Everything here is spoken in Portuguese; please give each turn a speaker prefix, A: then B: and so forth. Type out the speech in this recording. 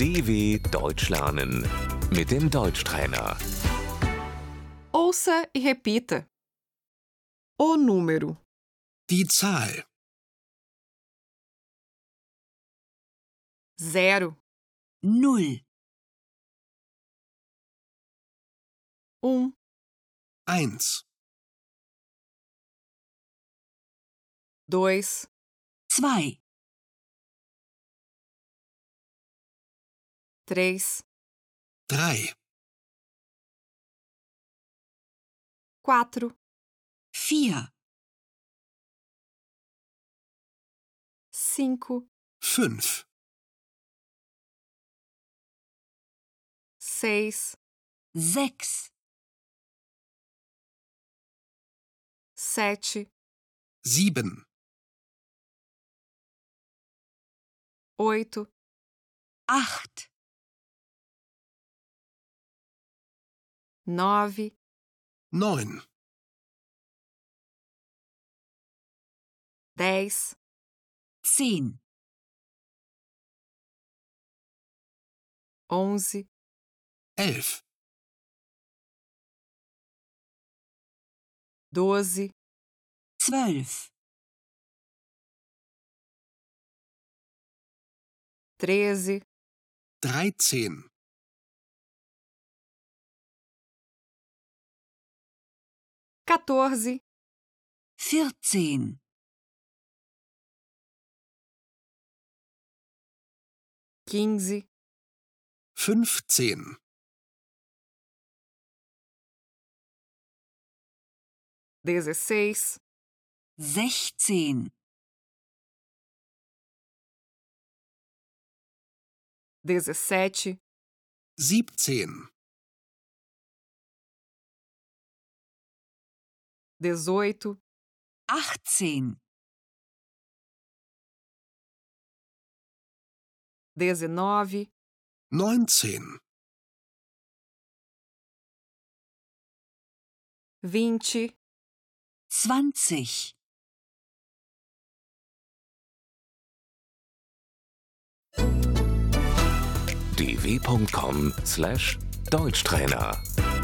A: DW Deutsch lernen mit dem Deutschtrainer.
B: Ouça e repita. O número
C: Die Zahl
B: zero,
D: Null,
B: um,
C: 1,
B: dois,
D: zwei,
B: três,
C: 3,
B: quatro,
D: vier,
B: cinco,
C: 5,
B: seis,
D: sechs,
B: sete,
C: 7,
B: oito,
D: acht,
B: nove,
C: 9,
B: dez,
D: zehn,
B: onze,
C: 11,
B: doze,
D: zwölf,
B: treze,
C: 13,
B: quatorze,
D: vierzehn,
B: quinze,
C: 15,
B: dezesseis,
D: sechzehn,
B: dezessete,
C: 17,
B: dezoito,
D: achtzehn,
B: dezenove,
C: 19,
B: vinte,
D: zwanzig.
A: dw.com/deutschtrainer